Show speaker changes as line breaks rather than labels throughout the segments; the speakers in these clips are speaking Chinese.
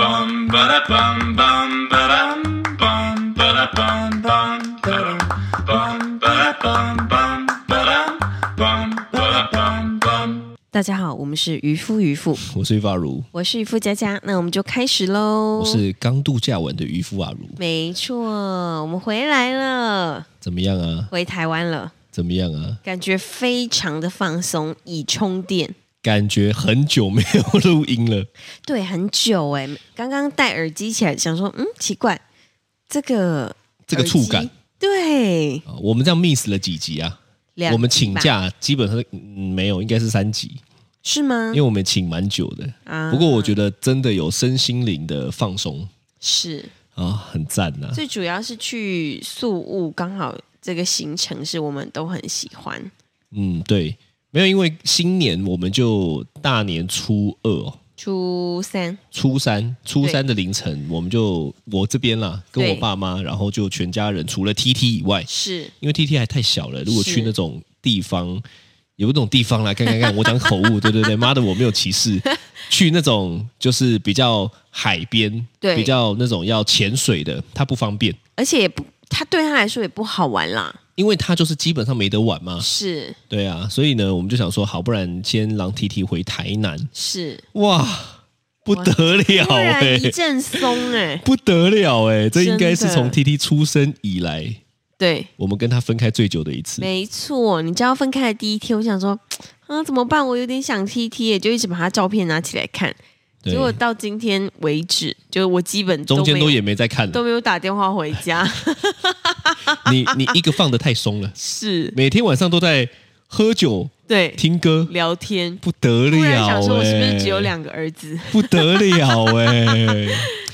bum ba da bum bum ba dum bum ba da bum bum ba dum bum ba da bum bum ba dum bum ba da bum bum.
大家好，我们是渔夫渔妇，
我是于发如，
我是渔夫佳佳，那我们就开始喽。
我是刚度假完的渔夫啊阿如，
没错，我们回来了，
怎么样啊？
回台湾了，
怎么样啊？
感觉非常的放松，以充电。
感觉很久没有录音了，
对，很久哎，刚刚戴耳机起来，想说，嗯，奇怪，这个
这个触感
耳机，对，
啊我们这样 miss 了几集啊？
两
我们请
集吧
假基本上、嗯没有，应该是三集，
是吗
因为？我们请蛮久的。
嗯啊
不过我觉得真的有身心灵的放松
是
啊，很赞呐、
最主要是去宿务，刚好这个行程是我们都很喜欢，
嗯，对，没有，因为新年我们就大年初二、哦。
初三
初三，初三的凌晨，我们就我这边啦，跟我
对
爸妈，然后就全家人，除了 TT 以外，
是
因为 T T 还太小了，如果
是
去那种地方，有那种地方啦，看看看，我讲口 误，对对对，妈的，我没有歧视。去那种就是比较海边，
对
比较那种要潜水的，它不方便，
而且也不，他对他来说也不好玩啦。
因为它就是基本上没得玩嘛，
是
对啊，所以呢，我们就想说，好，不然先让 T T 回台南，
是，
哇，不得了
突然
哎、
一阵松哎、
不得了哎、这应该是
啊真的
从 T T 出生以来，
对，
我们跟他分开最久的一次，
没错。你知道分开的第一天，我想说啊怎么办？我有点想 T T，也就一直把他照片拿起来看。
对
结，果到今天为止，就是我基本
中间
没有
都也没再看了
都，没有打电话回 家，
你你一个放的太松了，
是
每天晚上都在喝酒
对
听歌，
聊天。
不得了、
突
欸！
然想说，我是不是只有？两个儿子？
不得了 哎、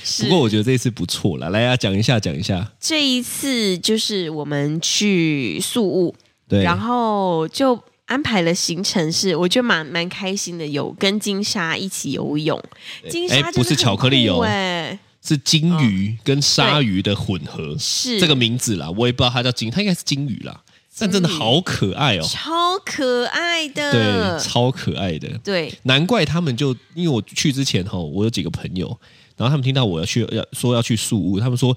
是
不过我觉得这次不错啦，来啊，讲一下，讲一下。
这一次就是我们去宿务，
对，
然后就安排了行程是，我觉得蛮蛮开心的，有跟金沙一起游泳。金
哎
沙
不是巧克力
游，
哦
哎，
是金鱼跟鲨鱼的混合，
哦是
这个名字啦，我也不知道它叫金，它应该是金鱼啦，但真的好可爱哦，
超可爱的
对，。超可爱的。
对
难怪他们就因为我去之前哈，我有几个朋友，然后他们听到我要去要说要去宿务，他们说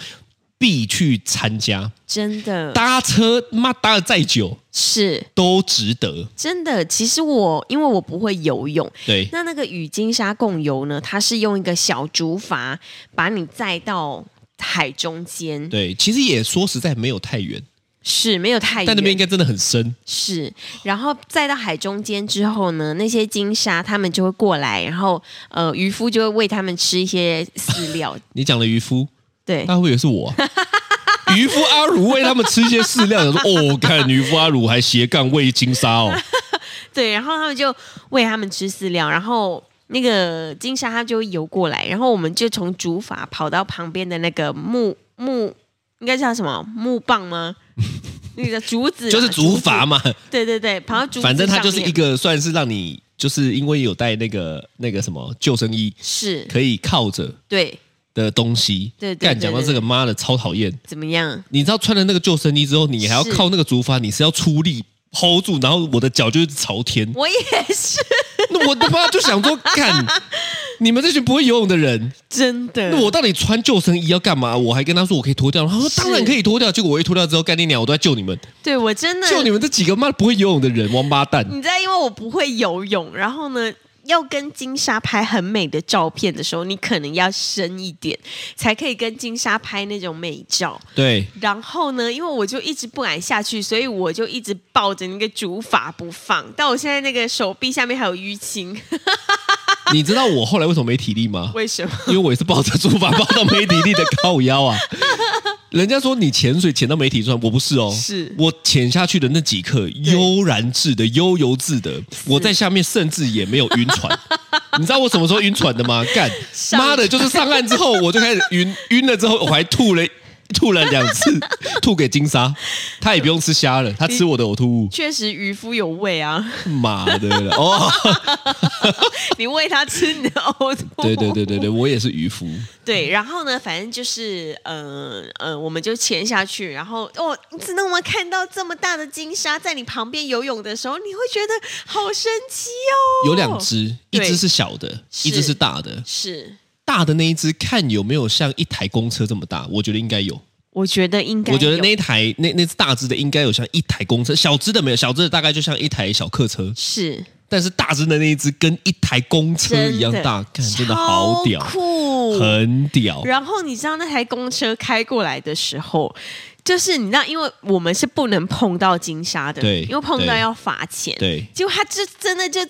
必去参加，
真的
搭车妈搭了再久
是
都值得。
真的。其实我因为我不会游泳，
对，
那那个与金沙共游呢，它是用一个小竹筏把你载到海中间，
对，其实也说实在没有太远，
是没有太远，
但那边应该真的很深。
是，然后再到海中间之后呢，那些金鲨它们就会过来，然后呃，渔夫就会喂它们吃一些饲料。
你讲了渔夫，
对，
他会以为是我 啊、渔夫阿如喂他们吃一些饲料，想说哦，看渔夫阿如还斜杠喂金鲨 哦，
对，然后他们就喂它们吃饲料，然后那个金鲨它就会游过来，然后我们就从竹筏跑到旁边的那个木木，应该叫什么木棒吗？那个竹子嘛
就是竹筏
子
嘛，
对对对，跑到竹子
反正它就是
上
一
面
个算是让你就是因为有带那个那个什么救生衣，
是，
可以靠着
对，
的东西。
对对对
干讲到
对
这个，妈的超讨厌。
怎么样？
你知道穿了那个救生衣之后，你还要
是。
靠那个竹筏，你是要出力 hold 住，然后我的脚就是朝天
我也是
那我他妈就想说，干你们这群不会游泳的人，
真的，
那我到底穿救生衣要干嘛？我还跟他说我可以脱掉，他说
是
当然可以脱掉。结果我一脱掉之后，干你娘，我都在救你们，
对我真的
救你们这几个妈不会游泳的人，王八蛋！
你知道，因为我不会游泳，然后呢，要跟金沙拍很美的照片的时候，你可能要深一点，才可以跟金沙拍那种美照。
对，
然后呢，因为我就一直不敢下去，所以我就一直抱着那个竹筏不放，但我现在那个手臂下面还有淤青，
你知道我后来为什么没体力吗？
为什么？
因为我也是抱着竹筏抱到没体力的靠腰啊。人家说你潜水潜到没体力，我不是哦，
是
我潜下去的那几刻悠然自得、悠游自得，我在下面甚至也没有晕船。你知道我什么时候晕船的吗？干
上
妈的，就是上岸之后我就开始晕，晕了之后我还吐了。吐了两次，吐给金沙，他也不用吃虾了，他吃我的呕吐物，
确实渔夫有喂啊，
妈的了哦！
你喂他吃你的呕吐物。
对对对对对，我也是渔夫，
对，然后呢，反正就是，呃呃，我们就潜下去，然后哦，只能我们看到这么大的金鲨在你旁边游泳的时候，你会觉得好神奇哦。
有两只，一
对
只是小的，一只
是
是大的，
是
大的那一只看有没有像一台公车这么大，我觉得应该有。
我觉得应该有，
我觉得那一台那那只大只的应该有像一台公车，小只的没有，小只的大概就像一台小客车，
是
但是大只的那一只跟一台公车一样大，看真的好屌
超，酷，
很屌。
然后你知道那台公车开过来的时候，就是你知道，因为我们是不能碰到金沙的，
对
因为碰到
对
要罚钱。
对
结果他就真的就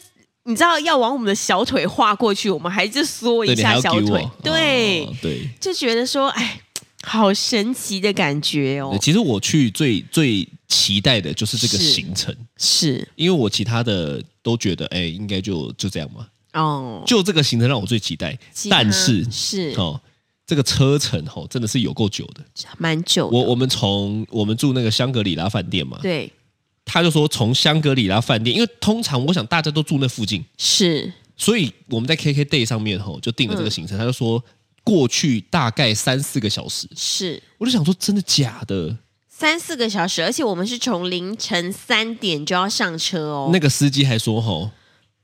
你知道要往我们的小腿划过去，我们还是缩
对，
一
你
下
还要
小
给
腿
我，，
对，
哦对。
就觉得说，哎，好神奇的感觉哦，
其实我去最最期待的就是这个
是
行程，
是
因为我其他的都觉得，哎，应该就就这样嘛。
哦，
就这个行程让我最期待，
其他
但是
是
哦，这个车程哦真的是有够久的。
蛮久的，
我我们从我们住那个香格里拉饭店嘛，
对
他就说从香格里拉饭店，因为通常我想大家都住那附近，
是
所以我们在 KK Day 上面吼就定了这个行
嗯
程。他就说过去大概三四个小时，
是。
我就想说真的假的？
三四个小时，而且我们是从凌晨三点就要上车哦。
那个司机还说吼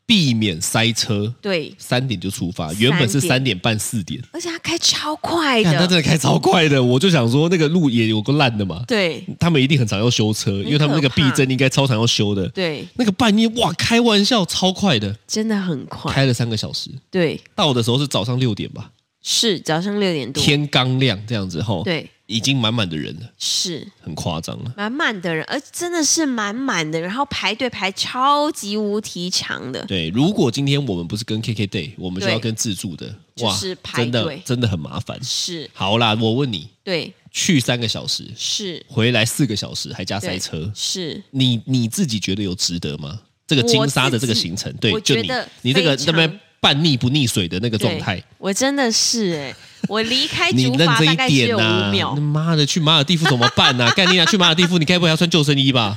避免塞车，
对，
三点就出发，原本是三
三
点半四点，
而且他开超快
看他真
的，
的开超快的，我就想说那个路也有个烂的嘛，
对
他们一定很常要修车，因为他们那个避震应该超常要修的。
对，
那个半夜哇，开玩笑，超快的，
真的很快，
开了三个小时，
对，
到的时候是早上六点吧，
是早上六点多，
天刚亮这样子吼，
对，
已经满满的人了，
是
很夸张了。
满满的人，而真的是满满的，然后排队排超级无敌长的，
对，如果今天我们不是跟 KK Day，我们就
对
要跟自助的，
就
哇
是，排
真的
队
真的很麻烦。
是，
好啦，我问你，
对，
去三个小时，
是，
回来四个小时，还加塞
对
车，
是，
你你自己觉得有值得吗？这个金沙的这个行程，对，
我
就
觉
你
得
你这个
非
那
常
边半溺不溺水的那个状
对
态，
我真的是哎、我离开
你
竹
认
筏
真
大
一
概只
点啊
有
呐、
五秒
那，妈的，去马尔蒂夫怎么办呐、 啊？干你啊，去马尔蒂夫，你该不会还要穿救生衣吧？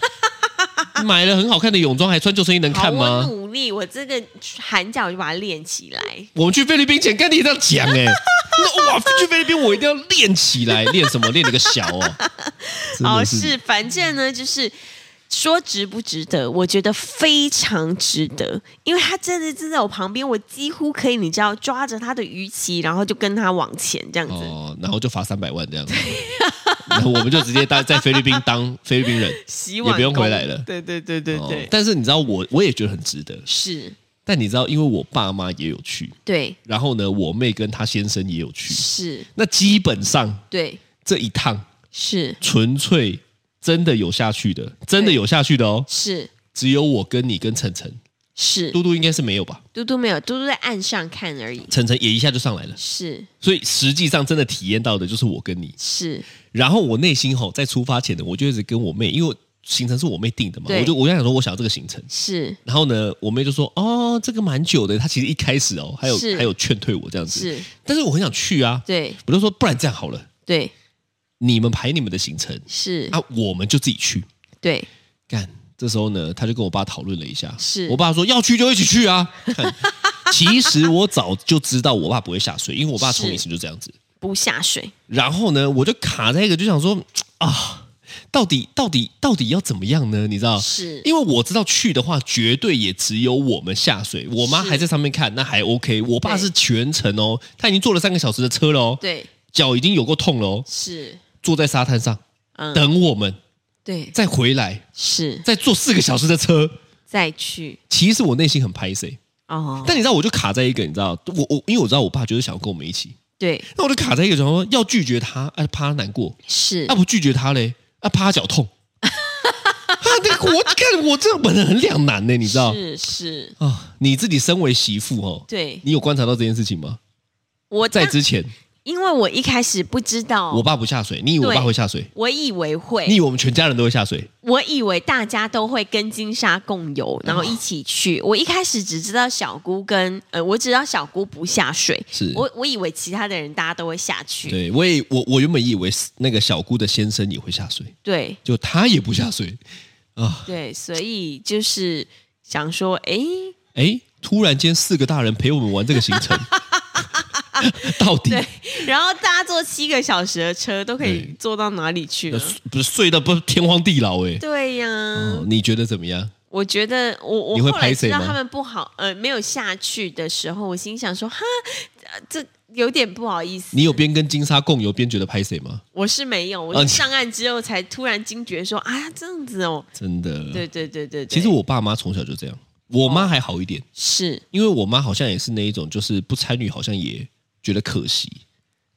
买了很好看的泳装，还穿救生衣能
好，啊
看
我
吗？
努力，我这个寒假我就把它练起来，
我们去菲律宾前，干你这样讲 哎、那哇，去菲律宾我一定要练起来，练什么？练你个小 哦！真
哦，
的
是，反正呢，就是说值不值得，我觉得非常值得，因为他真的就在我旁边，我几乎可以，你知道，抓着他的鱼鳍，然后就跟他往前这样子。
哦，然后就罚三百万 这样子，然后我们就直接当在菲律宾当 菲律宾人。
洗碗
也不用
工
回来了
对对对对对，
哦但是你知道我我也觉得很值得，
是，
但你知道，因为我爸妈也有去，
对，
然后呢，我妹跟她先生也有去，
是，
那基本上
对，
这一趟
是，
纯粹真的有下去的，真的有下去的哦，
是，
只有我跟你跟晨晨，
是。
嘟嘟应该是没有吧？
嘟嘟没有，嘟嘟在岸上看而已。
晨晨也一下就上来了，
是
所以实际上真的体验到的就是我跟你。
是，
然后我内心吼，在出发前呢，我就一直跟我妹，因为行程是我妹定的嘛，
对
我就我就想说，我想要这个行程。
是
然后呢，我妹就说：“哦，这个蛮久的。”她其实一开始哦，还有
是
还有劝退我这样子，
是，
但是我很想去啊，
对
我就说：“不然这样好了，
对
你们排你们的行程
是，
啊，我们就自己去。”
对
干，这时候呢，他就跟我爸讨论了一下，
是
我爸说要去就一起去啊。 看其实我早就知道我爸不会下水，因为我爸从以前就这样子。
不下水
然后呢，我就卡在一个就想说啊，到底到底到底要怎么样呢？你知道？
是
哦因为我知道去的话，绝对也只有我们下水，我妈
是
还在上面看，那还 OK。我爸
对
是全程哦，他已经坐了三个小时的车了哦，
对
脚已经有够痛了哦，
是
坐在沙滩上
嗯
等我们
对
再回来，
是
再坐四个小时的车。
再去
其实我内心很拍谁，
哦，
但你知道，我就卡在一个，你知道，我我因为我知道我爸就是想要跟我们一起，
对
那我就卡在一个，想说要拒绝他，哎、怕他难过，
是
啊不拒绝他嘞，啊怕他脚痛， 啊那个我看我这本人很两难呢，你知道
是是，
啊？你自己身为媳妇哦，
对
你有观察到这件事情吗？
我
在
当
之前，
因为我一开始不知道，
我
我
爸不下水，你以为我爸
对
会下水？
以为
你以
会，
为我们全家人都会下水？
我以为大家都会跟金沙共游，
哦
然后一起去。我一开始只知道小姑跟呃，我只知道小姑不下水，
是
我我以为其他的人大家都会下去，
对，我也我我原本以为那个小姑的先生也会下水，
对
就他也不下水啊！
对，所以就是想说，诶，
哎，突然间四个大人陪我们玩这个行程，到底
对，然后大家坐七个小时的车都可以
对
坐到哪里去呢？
不是睡得不是天荒地老哎、
对呀、
哦，你觉得怎么样？
我觉得我我
你会
后来
拍谁
知道
吗
他们不好，呃，没有下去的时候，我心想说，哈，呃这有点不好意思。
你有边跟金沙共游边觉得拍谁吗？
我是没有，我
啊
是
你
上岸之后才突然惊觉说啊，这样子哦，
真的，
对对对对对，
其实我爸妈从小就这样，我妈还好一
哦
点，
是
因为我妈好像也是那一种，就是不参与好像也觉得可惜，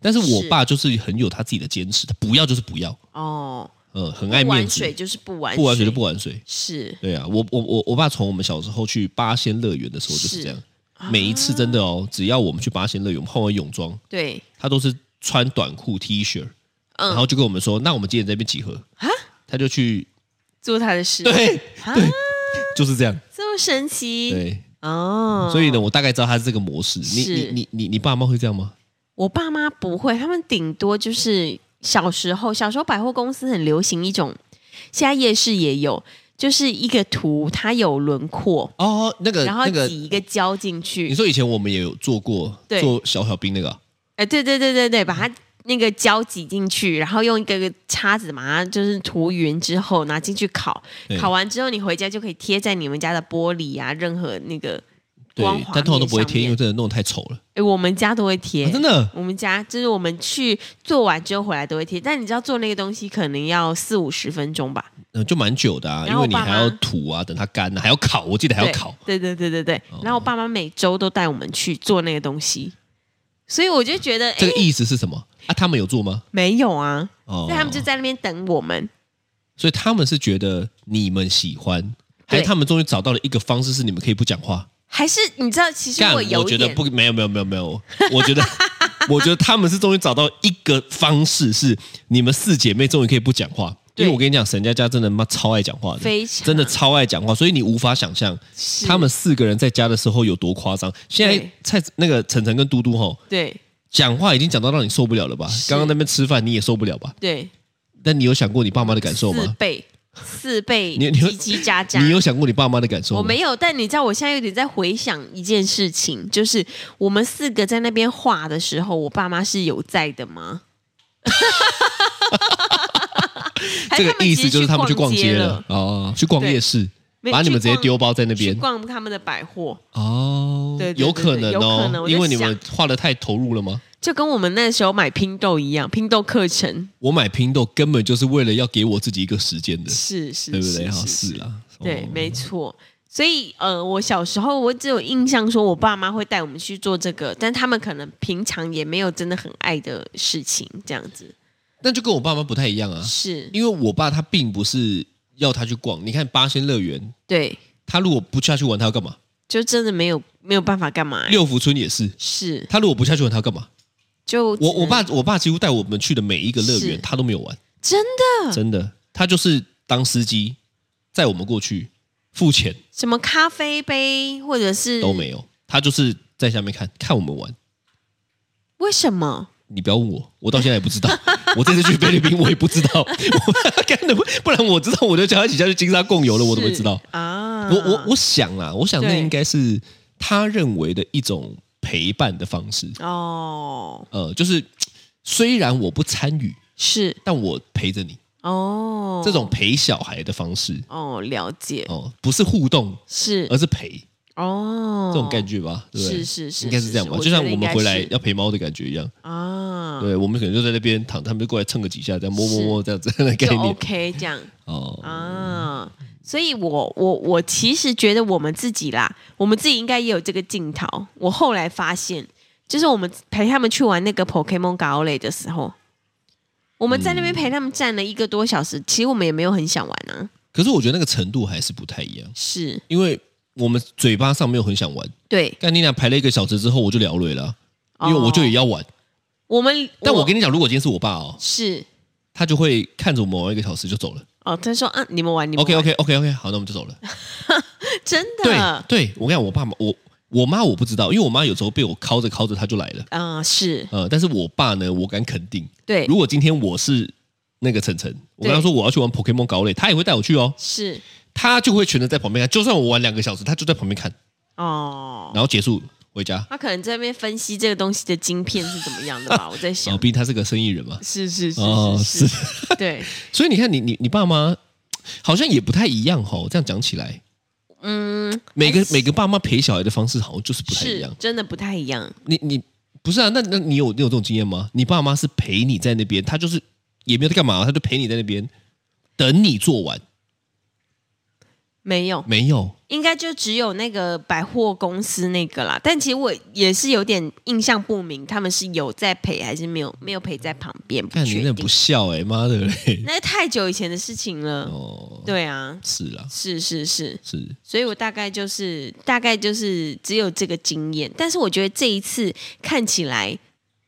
但是我
是
爸就是很有他自己的坚持，他不要就是不要，
哦，
呃，很爱
不
面
玩
子
水，就是不玩，
不玩水就不玩水。
是
对啊，我我我我爸从我们小时候去八仙乐园的时候就是这样，
啊
每一次真的哦，只要我们去八仙乐园，我们换完泳装，
对，
他都是穿短裤 T 恤，
嗯
然后就跟我们说，那我们几点在那边集合
啊？
他就去，
做他的事，
对，
啊，
就是这样，
这么神奇
对。
哦。
所以呢，我大概知道他是这个模式。你
是
你你你你爸妈会这样吗？
我爸妈不会，他们顶多就是小时候，小时候百货公司很流行一种，现在夜市也有，就是一个图，它有轮廓，
哦，那个
然后
那个，
挤一个胶进去。
你说以前我们也有做过，
对
做小小兵那个啊，
哎，对对对对
嗯
对，把它那个胶挤进去，然后用一个个叉子把它就是涂匀之后拿进去烤，
对
烤完之后你回家就可以贴在你们家的玻璃啊，任何那个
对
光滑，
但通常都不会贴，因为
面上面。
真的弄得太丑了，
哎，我们家都会贴，
啊真的。
我们家就是我们去做完之后回来都会贴，但你知道做那个东西可能要四五十分钟吧，
嗯，就蛮久的啊，
然
因
后
为
我
你
爸
还要
妈
土啊，等它干啊，还要烤，我记得还要
对
烤。
对对对对对。
哦
然后我爸妈每周都带我们去做那个东西，所以我就觉得哎、
这个意思是什么啊？他们有做吗？
没有啊，
哦
所以他们就在那边等我们。
所以他们是觉得你们喜欢，还是
对
他们终于找到了一个方式，是你们可以不讲话？
还是你知道，其实
干，
我有
我
一
觉
点
得不，没有没有没有没有，我觉得 我觉得他们是终于找到一个方式，是你们四姐妹终于可以不讲话。因
对
为我跟你讲，沈佳佳真的妈超爱讲话的，
非常
真的超爱讲话，所以你无法想象
是
他们四个人在家的时候有多夸张。现在
对
蔡那个晨晨跟嘟嘟吼
对
讲话已经讲到让你受不了了吧？
是
刚刚那边吃饭你也受不了吧？
对
但你有想过你爸妈的感受
四
吗？
倍四倍
你你有
叽叽喳喳，
你有想过你爸妈的感受吗？
我没有，但你知道，我现在有点在回想一件事情，就是我们四个在那边画的时候，我爸妈是有在的 吗？还是
这个
他们其
意思
实
就是他们去逛
街
街了，哦，去逛
对
夜市，
没
把你们直接丢包在那
去
边
逛他们的百货，
哦，
对对
有
对
可
对
能
有可能
哦
我，在
因为你们画的太投入了吗？
就跟我们那时候买拼豆一样，拼豆课程
我买拼豆根本就是为了要给我自己一个时间的，
是是，
对不对？
是
哈，
是
是啦，
对
哦，
没错。所以，呃，我小时候我只有印象说，我爸妈会带我们去做这个，但他们可能平常也没有真的很爱的事情，这样子
那就跟我爸妈不太一样啊，
是
因为我爸他并不是要他去逛，你看八仙乐园，
对，
他如果不下去玩，他要干嘛？
就真的没有没有办法干嘛、欸
六福村也是，
是，
他如果不下去玩，他要干嘛？
就
我我爸
只能
我爸几乎带我们去的每一个乐园
是，
他都没有玩。
真的
真的，他就是当司机载我们过去，付钱
什么咖啡杯或者是
都没，有，他就是在下面看看我们玩。
为什么？
你不要问我，我到现在也不知道。 我这次去菲律宾，我也不知道，我干的不不然我知道，我就叫他一起下去金沙共游了，我怎么会知道
是？啊？
我我我想啦，我想那
对
应该是他认为的一种陪伴的方式。
我哦
呃，就是虽然我不参与，
是
但我陪着你，
哦
这种陪小孩的方式
哦了解
哦、不是互动，
是
而是陪。
哦
这种感觉吧，对不对？
是是是
应该是这样吧，
是是
就像
我觉得
我
应
们
该
回来
是
要陪猫的感觉一样，
啊，
对，我们可能就在那边躺，他们就过来蹭个几下，这样摸摸
是
摸这样子的概
就
念
OK 这样
哦。
啊。所以我我我其实觉得我们自己啦，我们自己应该也有这个镜头。我后来发现，就是我们陪他们去玩那个 Pokemon g o l 的时候，我们在那
嗯
边陪他们站了一个多小时，其实我们也没有很想玩啊。
可是我觉得那个程度还是不太一样，
是
因为我们嘴巴上没有很想玩，
对，
但你俩排了一个小时之后，我就聊累了啊，因为
哦
我就也要玩。
我们，
但我跟你讲，如果今天是我爸哦，
是
他就会看着我们玩一个小时就走了。
哦，他说啊，你们玩，你们
OK
玩
OK OK OK，好，那我们 就走了。
真
对
的，
对，我跟你讲，我爸妈我我妈我不知道，因为我妈有时候被我敲着敲着，她就来了。
啊、是
呃，但是我爸呢，我敢肯定，
对
如，果今天我是那个晨晨，我跟他
对
说我要去玩 Pokemon 搞类，他也会带我去哦。
是
他就会全程在旁边看，就算我玩两个小时，他就在旁边看，
哦。
然后结束回家。
他可能在那边分析这个东西的晶片是怎么样的吧，我在想
小。毕他是个生意人嘛，
是是是
哦
是是，对，
所以你看你你你爸妈好像也不太一样哦。这样讲起来，
嗯，
每个每个爸妈陪小孩的方式好像就是不太一
是
样。
真的不太一样，
你你不是啊，那那你有你有这种经验吗？你爸妈是陪你在那边，他就是也没有在干嘛，他就陪你在那边等你做完，
没有，
没有
应该就只有那个百货公司那个啦。但其实我也是有点印象不明，他们是有在陪还是没有没有陪在旁边，不
看你
确
那
定。
不孝哎、妈的嘞！
那太久以前的事情了。
哦，
对啊，
是啦，
是是是，
是
所以我大概就是大概就是只有这个经验。但是我觉得这一次看起来，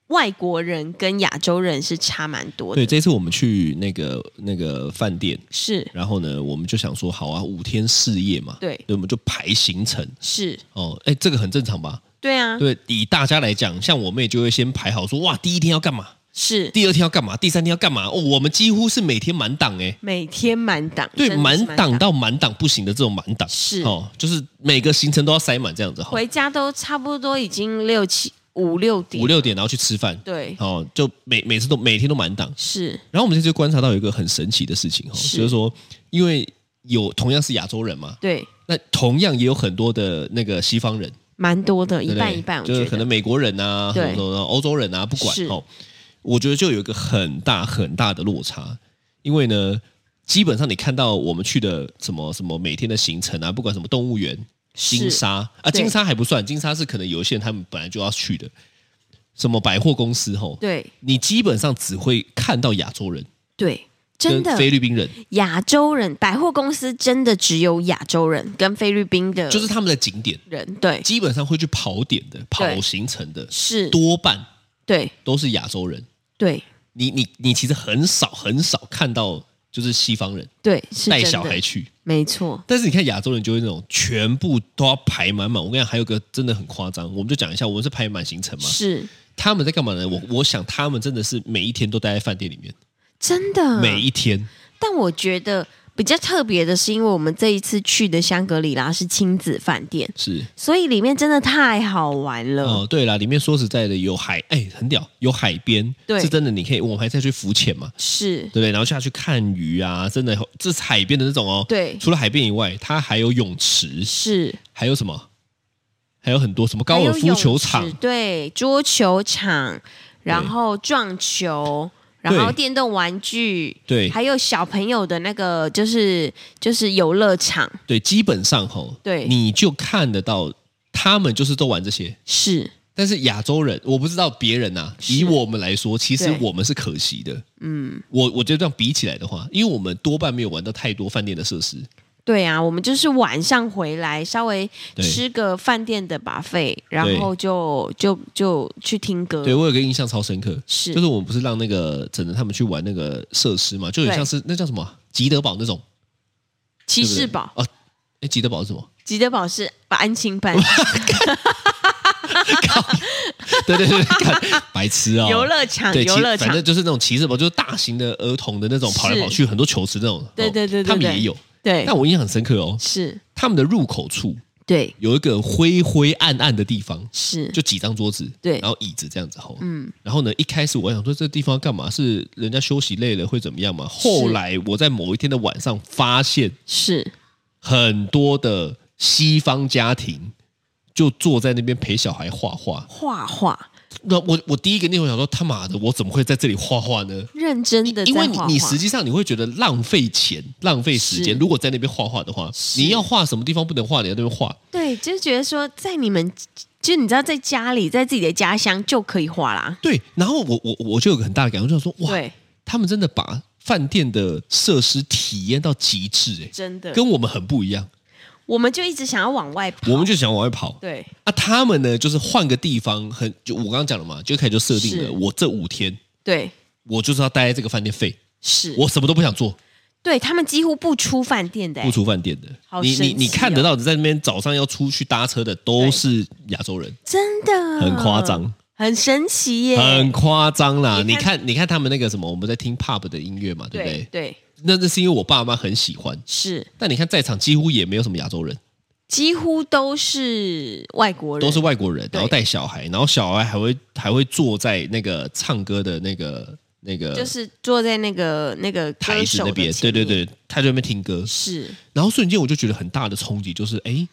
外国人跟亚洲人是差蛮多
对。
的。
这次我们去那个那个饭店，
是，
然后呢，我们就想说，好啊，五天四夜嘛，
对，
对，我们就排行程
是，
哦，哎，这个很正常吧？
对啊，
对，以大家来讲，像我妹就会先排好说，哇，第一天要干嘛，
是
第二天要干嘛，第三天要干嘛，哦，我们几乎是每天满档哎、
每天满档，真
对，
的是
满
满
档到满档不行的这种满档
是
哦，就是每个行程都要塞满这样子，好
回家都差不多已经六七五六点，
五六点然后去吃饭，
对，
哦，就每每次都每天都满档。
是
然后我们这次就观察到有一个很神奇的事情哦，
是
就是说，因为有同样是亚洲人嘛，
对，
那同样也有很多的那个西方人，
蛮多的，
对
一
不对
半一半，我
就是
觉
可能
得
美国人啊，什
对
么什么欧洲人啊，不管
是
哦，我觉得就有一个很大很大的落差，因为呢，基本上你看到我们去的什么什么每天的行程啊，不管什么动物园、金
是
沙啊，
对
金沙还不算，金沙是可能有一些人他们本来就要去的，什么百货公司吼，
对
你基本上只会看到亚洲人
对，真
跟
的
菲律宾人，
亚洲人百货公司真的只有亚洲人跟菲律宾的，
就是他们的景点，
人对
基本上会去跑点的、跑
嗯对
行程的，
是，
多半
对
都是亚洲人。
对
你你你其实很少很少看到就是西方人
对是
带
真
小
的
孩去，
没错，
但是你看亚洲人就会那种全部都要排满满。我跟你讲，还有个真的很夸张，我们就讲一下，我们是排满行程嘛，
是
他们在干嘛呢？我我想他们真的是每一天都待在饭店里面，
真的
每一天
但我觉得比较特别的是，因为我们这一次去的香格里拉是亲子饭店，
是
所以里面真的太好玩了。
哦、对啦，里面说实在的有海，哎，很屌，有海边，
对
是真的，你可以，我们还再去浮潜嘛。
是
对不对？然后下去看鱼啊，真的，这是海边的那种哦。
对
除了海边以外，它还有泳池，
是
还有什么？还有很多什么高尔夫球
还有
场
泳池，对桌球场，然后撞球。然后
对
电动玩具，
对
还有小朋友的那个，就是就是游乐场，
对，基本上吼，
对
你就看得到他们就是都玩这些。
是
但是亚洲人，我不知道别人啊，
是
以我们来说，其实
对
我们是可惜的。嗯，我我觉得这样比起来的话，因为我们多半没有玩到太多饭店的设施，
对啊，我们就是晚上回来稍微
对
吃个饭店的 buffet，然
对
后就就就去听歌，
对我有个印象超深刻，
是
就是我们不是让那个整人他们去玩那个设施嘛，就有点像是那叫什么啊吉德堡那种，
骑
对不对
士堡，
啊，哎，吉德堡是什么？
吉德堡是安亲班
哦对对对，看白痴啊、
游乐场，
对，
游
其
乐
反
场
正就是那种骑士堡，就是大型的儿童的那种跑来
是
跑去，很多球池那种。
对
哦
对对对
他们
对
也有。
对
但我印象很深刻哦，
是，
他们的入口处
对
有一个灰灰暗暗的地方，
是，
就几张桌子，
对
然后椅子这样子吼。
嗯
然后呢，一开始我还想说这地方要干嘛？是人家休息累了会怎么样嘛？后来我在某一天的晚上发现，
是
很多的西方家庭就坐在那边陪小孩画画。
画画，
那我我第一个念头想说，他妈的，我怎么会在这里画画呢？
认真的
因为
在
你
画
你
画
实际上你会觉得浪费钱、浪费时间。
是
如果在那边画画的话，你要画什么地方不能画，你在那边画。
对，就觉得说在你们，就你知道在家里，在自己的家乡就可以画啦，
对，然后我我我就有个很大的感觉，就是说哇，
对，
他们真的把饭店的设施体验到极致、欸，
真的，
跟我们很不一样。
我们就一直想要往外跑，
我们就想往外跑
对
啊，他们呢就是换个地方，很就我刚刚讲了嘛，就开始就设定
是
了，我这五天
对
我就是要待在这个饭店废，
是，
我什么都不想做，
对他们几乎不出饭店的、
不
欸，
出饭店的。
好
你
神
你你
奇
看
哦
得到的，在那边早上要出去搭车的都
对
是亚洲人，
欸真的
很夸，张。
很神奇耶、
很夸张啦！
你
你
看
看，你看他们那个什么，我们在听 pub 的音乐嘛，对不
对
对？
对
那那是因为我爸妈很喜欢，
是，
但你看在场几乎也没有什么亚洲人，
几乎都是外国人，
都是外国人，
对
然后带小孩，然后小孩还会还会坐在那个唱歌的那个那个
就是坐在那个那个歌
台子
手
那
的
边，
前
对对
面，
对，他就在那边听歌，
是
然后瞬间我就觉得很大的冲击，就是哎，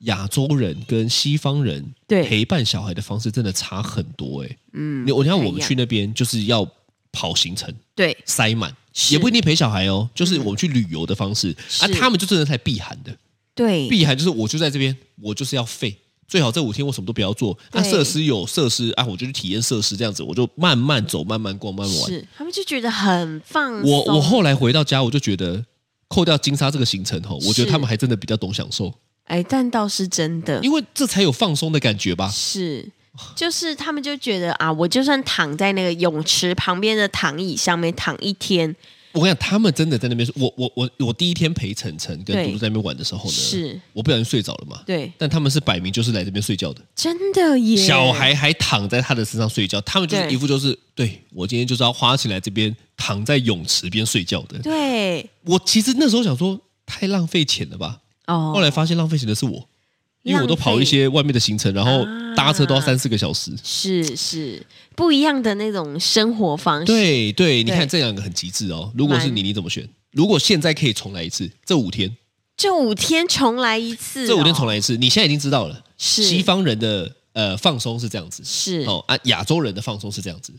亚洲人跟西方人
对
陪伴小孩的方式真的差很多哎、
嗯
你我像
不太
我们
一样
去那边就是要跑行程
对
塞满，
是嗯
也不一定陪小孩哦，就是我们去旅游的方式啊，
是
他们就真的才避寒的，
对
避寒就是我就在这边，我就是要废。最好这五天我什么都不要做，那、
对
设施有设施啊，我就去体验设施这样子，我就慢慢走，慢慢逛，慢慢玩。
是他们就觉得很放松。
我我后来回到家，我就觉得扣掉金沙这个行程吼，我觉得
是嗯
他们还真的比较懂享受，
哎，但倒是真的，
因为这才有放松的感觉吧。
是，就是他们就觉得啊，我就算躺在那个泳池旁边的躺椅上面躺一天，
我跟你讲，他们真的在那边，我我我我第一天陪晨晨跟
对
嘟嘟在那边玩的时候呢，
是
我不小心睡着了嘛。
对，
但他们是摆明就是来这边睡觉的，
真的耶，
小孩还躺在他的身上睡觉，他们就是
对
一副就是对我今天就是要花钱来这边躺在泳池边睡觉的。
对
我其实那时候想说太浪费钱了吧，
哦，
后来发现浪费钱的是我，因为我都跑一些外面的行程，然后搭车都要三四个小时。
啊是是不一样的那种生活方式，
对对，你
对
看这两个很极致哦。如果是你，你怎么选？如果现在可以重来一次，这五天，
这五天重来一次哦、
这五天重来一次，你现在已经知道了，
是
西方人的呃放松是这样子，
是
哦啊，亚洲人的放松是这样子，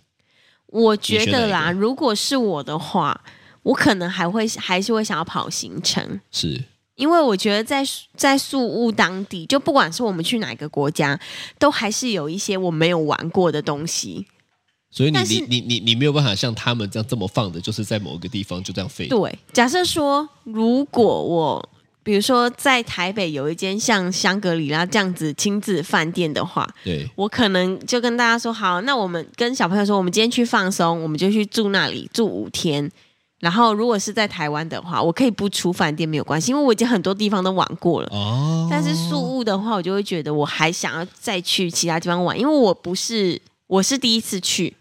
我觉得
你选哪
啦，
一
如果是我的话，我可能还会还是会想要跑行程，
是
因为我觉得在在宿务当地，就不管是我们去哪个国家，都还是有一些我没有玩过的东西。
所以你
但是
你你你你没有办法像他们这样这么放的，就是在某一个地方就这样飞。
对，假设说，如果我比如说在台北有一间像香格里拉这样子亲子饭店的话，
对
我可能就跟大家说，好，那我们跟小朋友说，我们今天去放松，我们就去住那里住五天。然后如果是在台湾的话，我可以不出饭店没有关系，因为我已经很多地方都玩过了。
哦，
但是宿务的话，我就会觉得我还想要再去其他地方玩，因为我不是我是第一次去，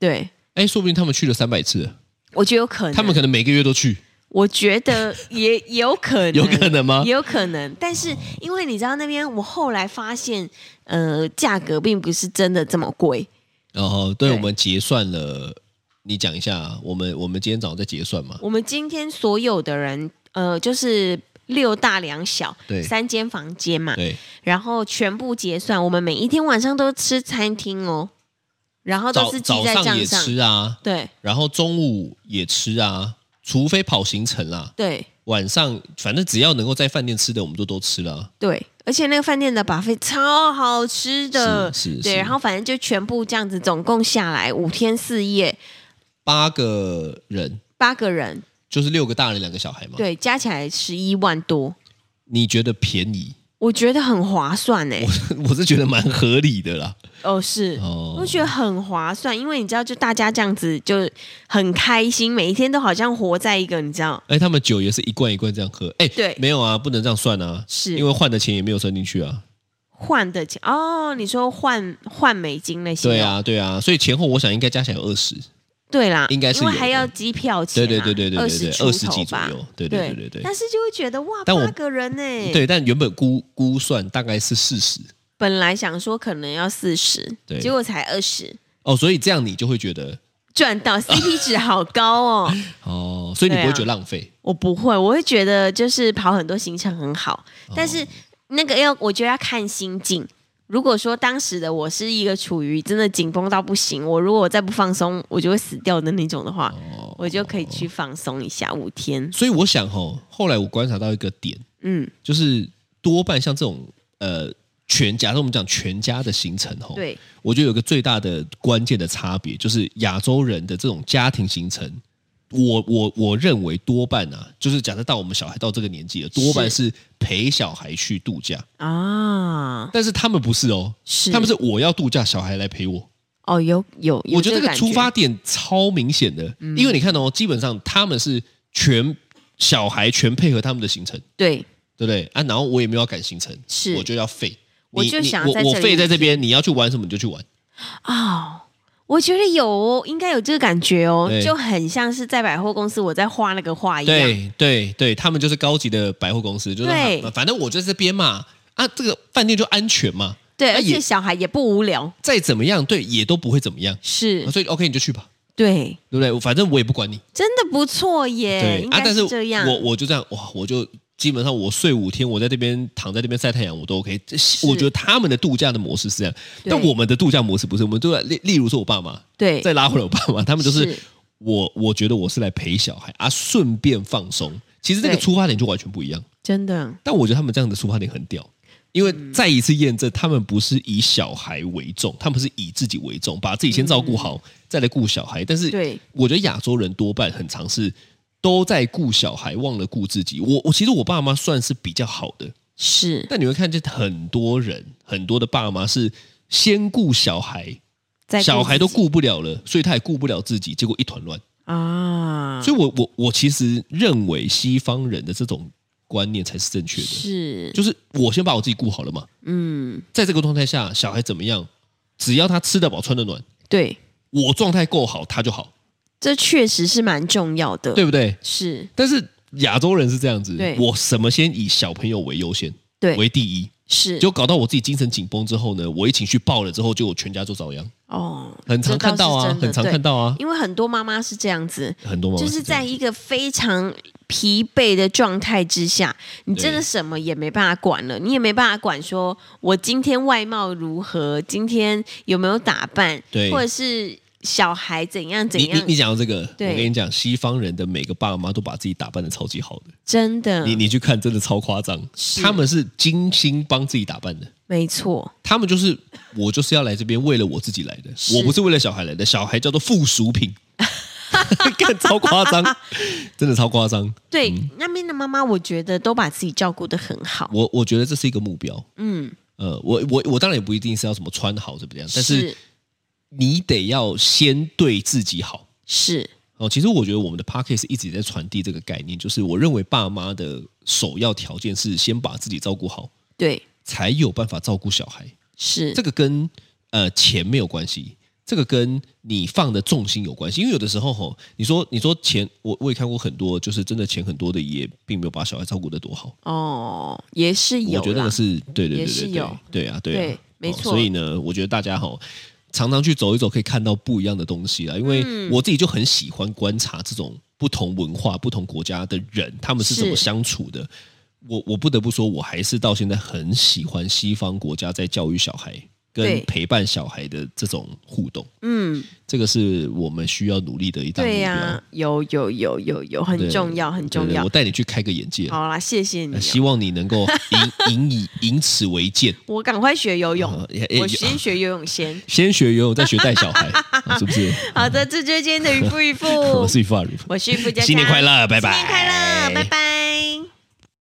对
哎，说不定他们去了三百次了，
我觉得有可能，
他们可能每个月都去，
我觉得也也有可能，
有可能吗
也？有可能，但是因为你知道那边，我后来发现，呃，价格并不是真的这么贵，
然后哦对
对
我们结算了，你讲一下，我们我们今天早上在结算嘛？
我们今天所有的人，呃，就是六大两小，
对
三间房间嘛，
对，
然后全部结算，我们每一天晚上都吃餐厅哦，然后
早
都是记
早
在
上
账
也
上，
吃啊，
对
然后中午也吃啊，除非跑行程啦。
对
晚上反正只要能够在饭店吃的，我们就都吃了。啊
对，而且那个饭店的 buffet 超好吃的，
是是
对，
是
然后反正就全部这样子，总共下来五天四夜，
八个人
八个人，
就是六个大人，两个小孩嘛。
对，加起来十一万多，
你觉得便宜？
我觉得很划算呢、
我是觉得蛮合理的啦。
哦，是，
哦
我，觉得很划算，因为你知道，就大家这样子就很开心，每一天都好像活在一个你知道
哎，他们酒也是一罐一罐这样喝。哎，
对
没有啊，不能这样算啊，
是
因为换的钱也没有算进去啊。
换的钱哦。你说换换美金那些、
对，啊，对啊，所以前后我想应该加起来有二十。
对啦，
应该是
因为
有
还
的
要机票钱、
对
啊，
对对对对对
20
对，
出
二十
头
几左
吧
右。啊对对对对对
但是就会觉得哇，
但我
八个人欸呢、
对，但原本估估算大概是四十
本来想说可能要四十，
对
结果才二十，
哦，所以这样你就会觉得
赚到 CP 值好高哦。
哦，所以你不
对
会
啊
觉得浪费。
我不会，我会觉得就是跑很多行程很好，
哦
但是那个要我觉得要看心境。如果说当时的我是一个处于真的紧绷到不行，我如果再不放松，我就会死掉的那种的
哦
话，我就可以去放松一下五天。
所以我想哦，后来我观察到一个点，
嗯，
就是多半像这种呃全假设我们讲全家的行程哦，，
对，
我觉得有个最大的关键的差别就是亚洲人的这种家庭行程，我我我认为多半啊，就是假设到我们小孩到这个年纪了，多半是陪小孩去度假，
啊，
但是他们不是哦，
是
他们是我要度假，小孩来陪我。
哦，有有，有
我觉
这
得这个
感
出发点超明显的，因为你看哦，基本上他们是全小孩全配合他们的行程，
对
对不对啊？然后我也没有要赶行程，
是
我就要废。
我
你
就
你
想
我
在
我
这里
废在这边，你要去玩什么你就去玩。
哦。我觉得有哦，应该有这个感觉哦
对，
就很像是在百货公司我在画那个画一样。
对对对，他们就是高级的百货公司，就是
对
啊反正我就在这边嘛，啊，这个饭店就安全嘛，
对，
啊
而
也
且小孩也不无聊，
再怎么样对也都不会怎么样，
是
啊所以 OK 你就去吧，
对，
对不对？反正我也不管你。
真的不错耶，
对
应
啊，
该
但是
这样。
我我就这样哇，我就基本上我睡五天，我在这边躺在这边晒太阳，我都 OK 这。我觉得他们的度假的模式是这样，
对
但我们的度假模式不是。我们度假，例例如说我爸妈，
对，
再拉回来我爸妈，他们就是
是
我，我觉得我是来陪小孩啊，顺便放松。其实那个
对
出发点就完全不一样。
真的，
但我觉得他们这样的出发点很屌，因为
嗯
再一次验证，他们不是以小孩为重，他们是以自己为重，把自己先照顾好，再来顾小孩。但是，
嗯对
我觉得亚洲人多半很尝试都在顾小孩，忘了顾自己。我我其实我爸妈算是比较好的，
是
但你会看见很多人，很多的爸妈是先顾小孩，
在
小孩都
顾
顾不了了，所以他也顾不了自己，结果一团乱。
啊，
所以我我我其实认为西方人的这种观念才是正确的。
是
就是我先把我自己顾好了嘛。
嗯，
在这个状态下，小孩怎么样？只要他吃得饱、穿得暖，
对，
我状态够好，他就好，
这确实是蛮重要的，
对，不对？
是，
但是亚洲人是这样子
对，
我什么先以小朋友为优先，
对
为第一，
是，
就搞到我自己精神紧绷之后呢，我一情绪爆了之后，就我全家就遭殃，
哦，
很
这
常
倒
看到
是
啊，
真的
很常看，到啊
对，因为很多妈妈是这样子，
很多妈妈
就是
这样
在一个非常疲惫的状态之下，你真的
对
什么也没办法管了，你也没办法管说我今天外貌如何，今天有没有打扮，
对
或者是小孩怎样怎
你你
样，
你讲到这个，我
对
跟你讲，西方人的每个爸妈都把自己打扮的超级好的，
真的，
你你去看，真的超夸张，
嗯是
他们是精心帮自己打扮的。
没 错，
他们就是我就是要来这边为了我自己来的，
是
我不是为了小孩来的，小孩叫做附 属品，看超夸张，真的超夸张。
对、那边的妈妈，我觉得都把自己照顾的很好，
嗯我我觉得这是一个目标，
嗯，
呃，我我我当然也不一定是要什么穿好怎么样，但是
是
你得要先对自己好。
是
哦，其实我觉得我们的 p a c k a s e 一直在传递这个概念，就是我认为爸妈的首要条件是先把自己照顾好，
对
才有办法照顾小孩。
是
这个跟呃钱没有关系，这个跟你放的重心有关系。因为有的时候吼，你说你说钱，我我也看过很多，就是真的钱很多的，也并没有把小孩照顾的多好。
哦，也是有啦，
我觉得那个是对对
也
对
是
对对
有，
对啊对啊，
对没
哦
错
所以呢，我觉得大家吼。常常去走一走，可以看到不一样的东西啦。因为
嗯
我自己就很喜欢观察这种不同文化、不同国家的人，他们是怎么
是
相处的。我我不得不说，我还是到现在很喜欢西方国家在教育小孩
对
跟陪伴小孩的这种互动。
嗯，
这个是我们需要努力的一大目
对
标。
呀、有有有有有，很
对
重要，很
对
重
对
要
我。带你去开个眼界，
好啦，谢谢你、
呃
哦。
希望你能够引 引以引此为戒。
我赶快学游泳
呃，也也。
我先学游泳先
先学游泳，再学带小孩，啊是不是？
好的，这就是今天的渔夫渔
我
夫，
是 Faru，
我是渔夫佳佳，
新年快乐，拜拜，
新年快乐，拜拜。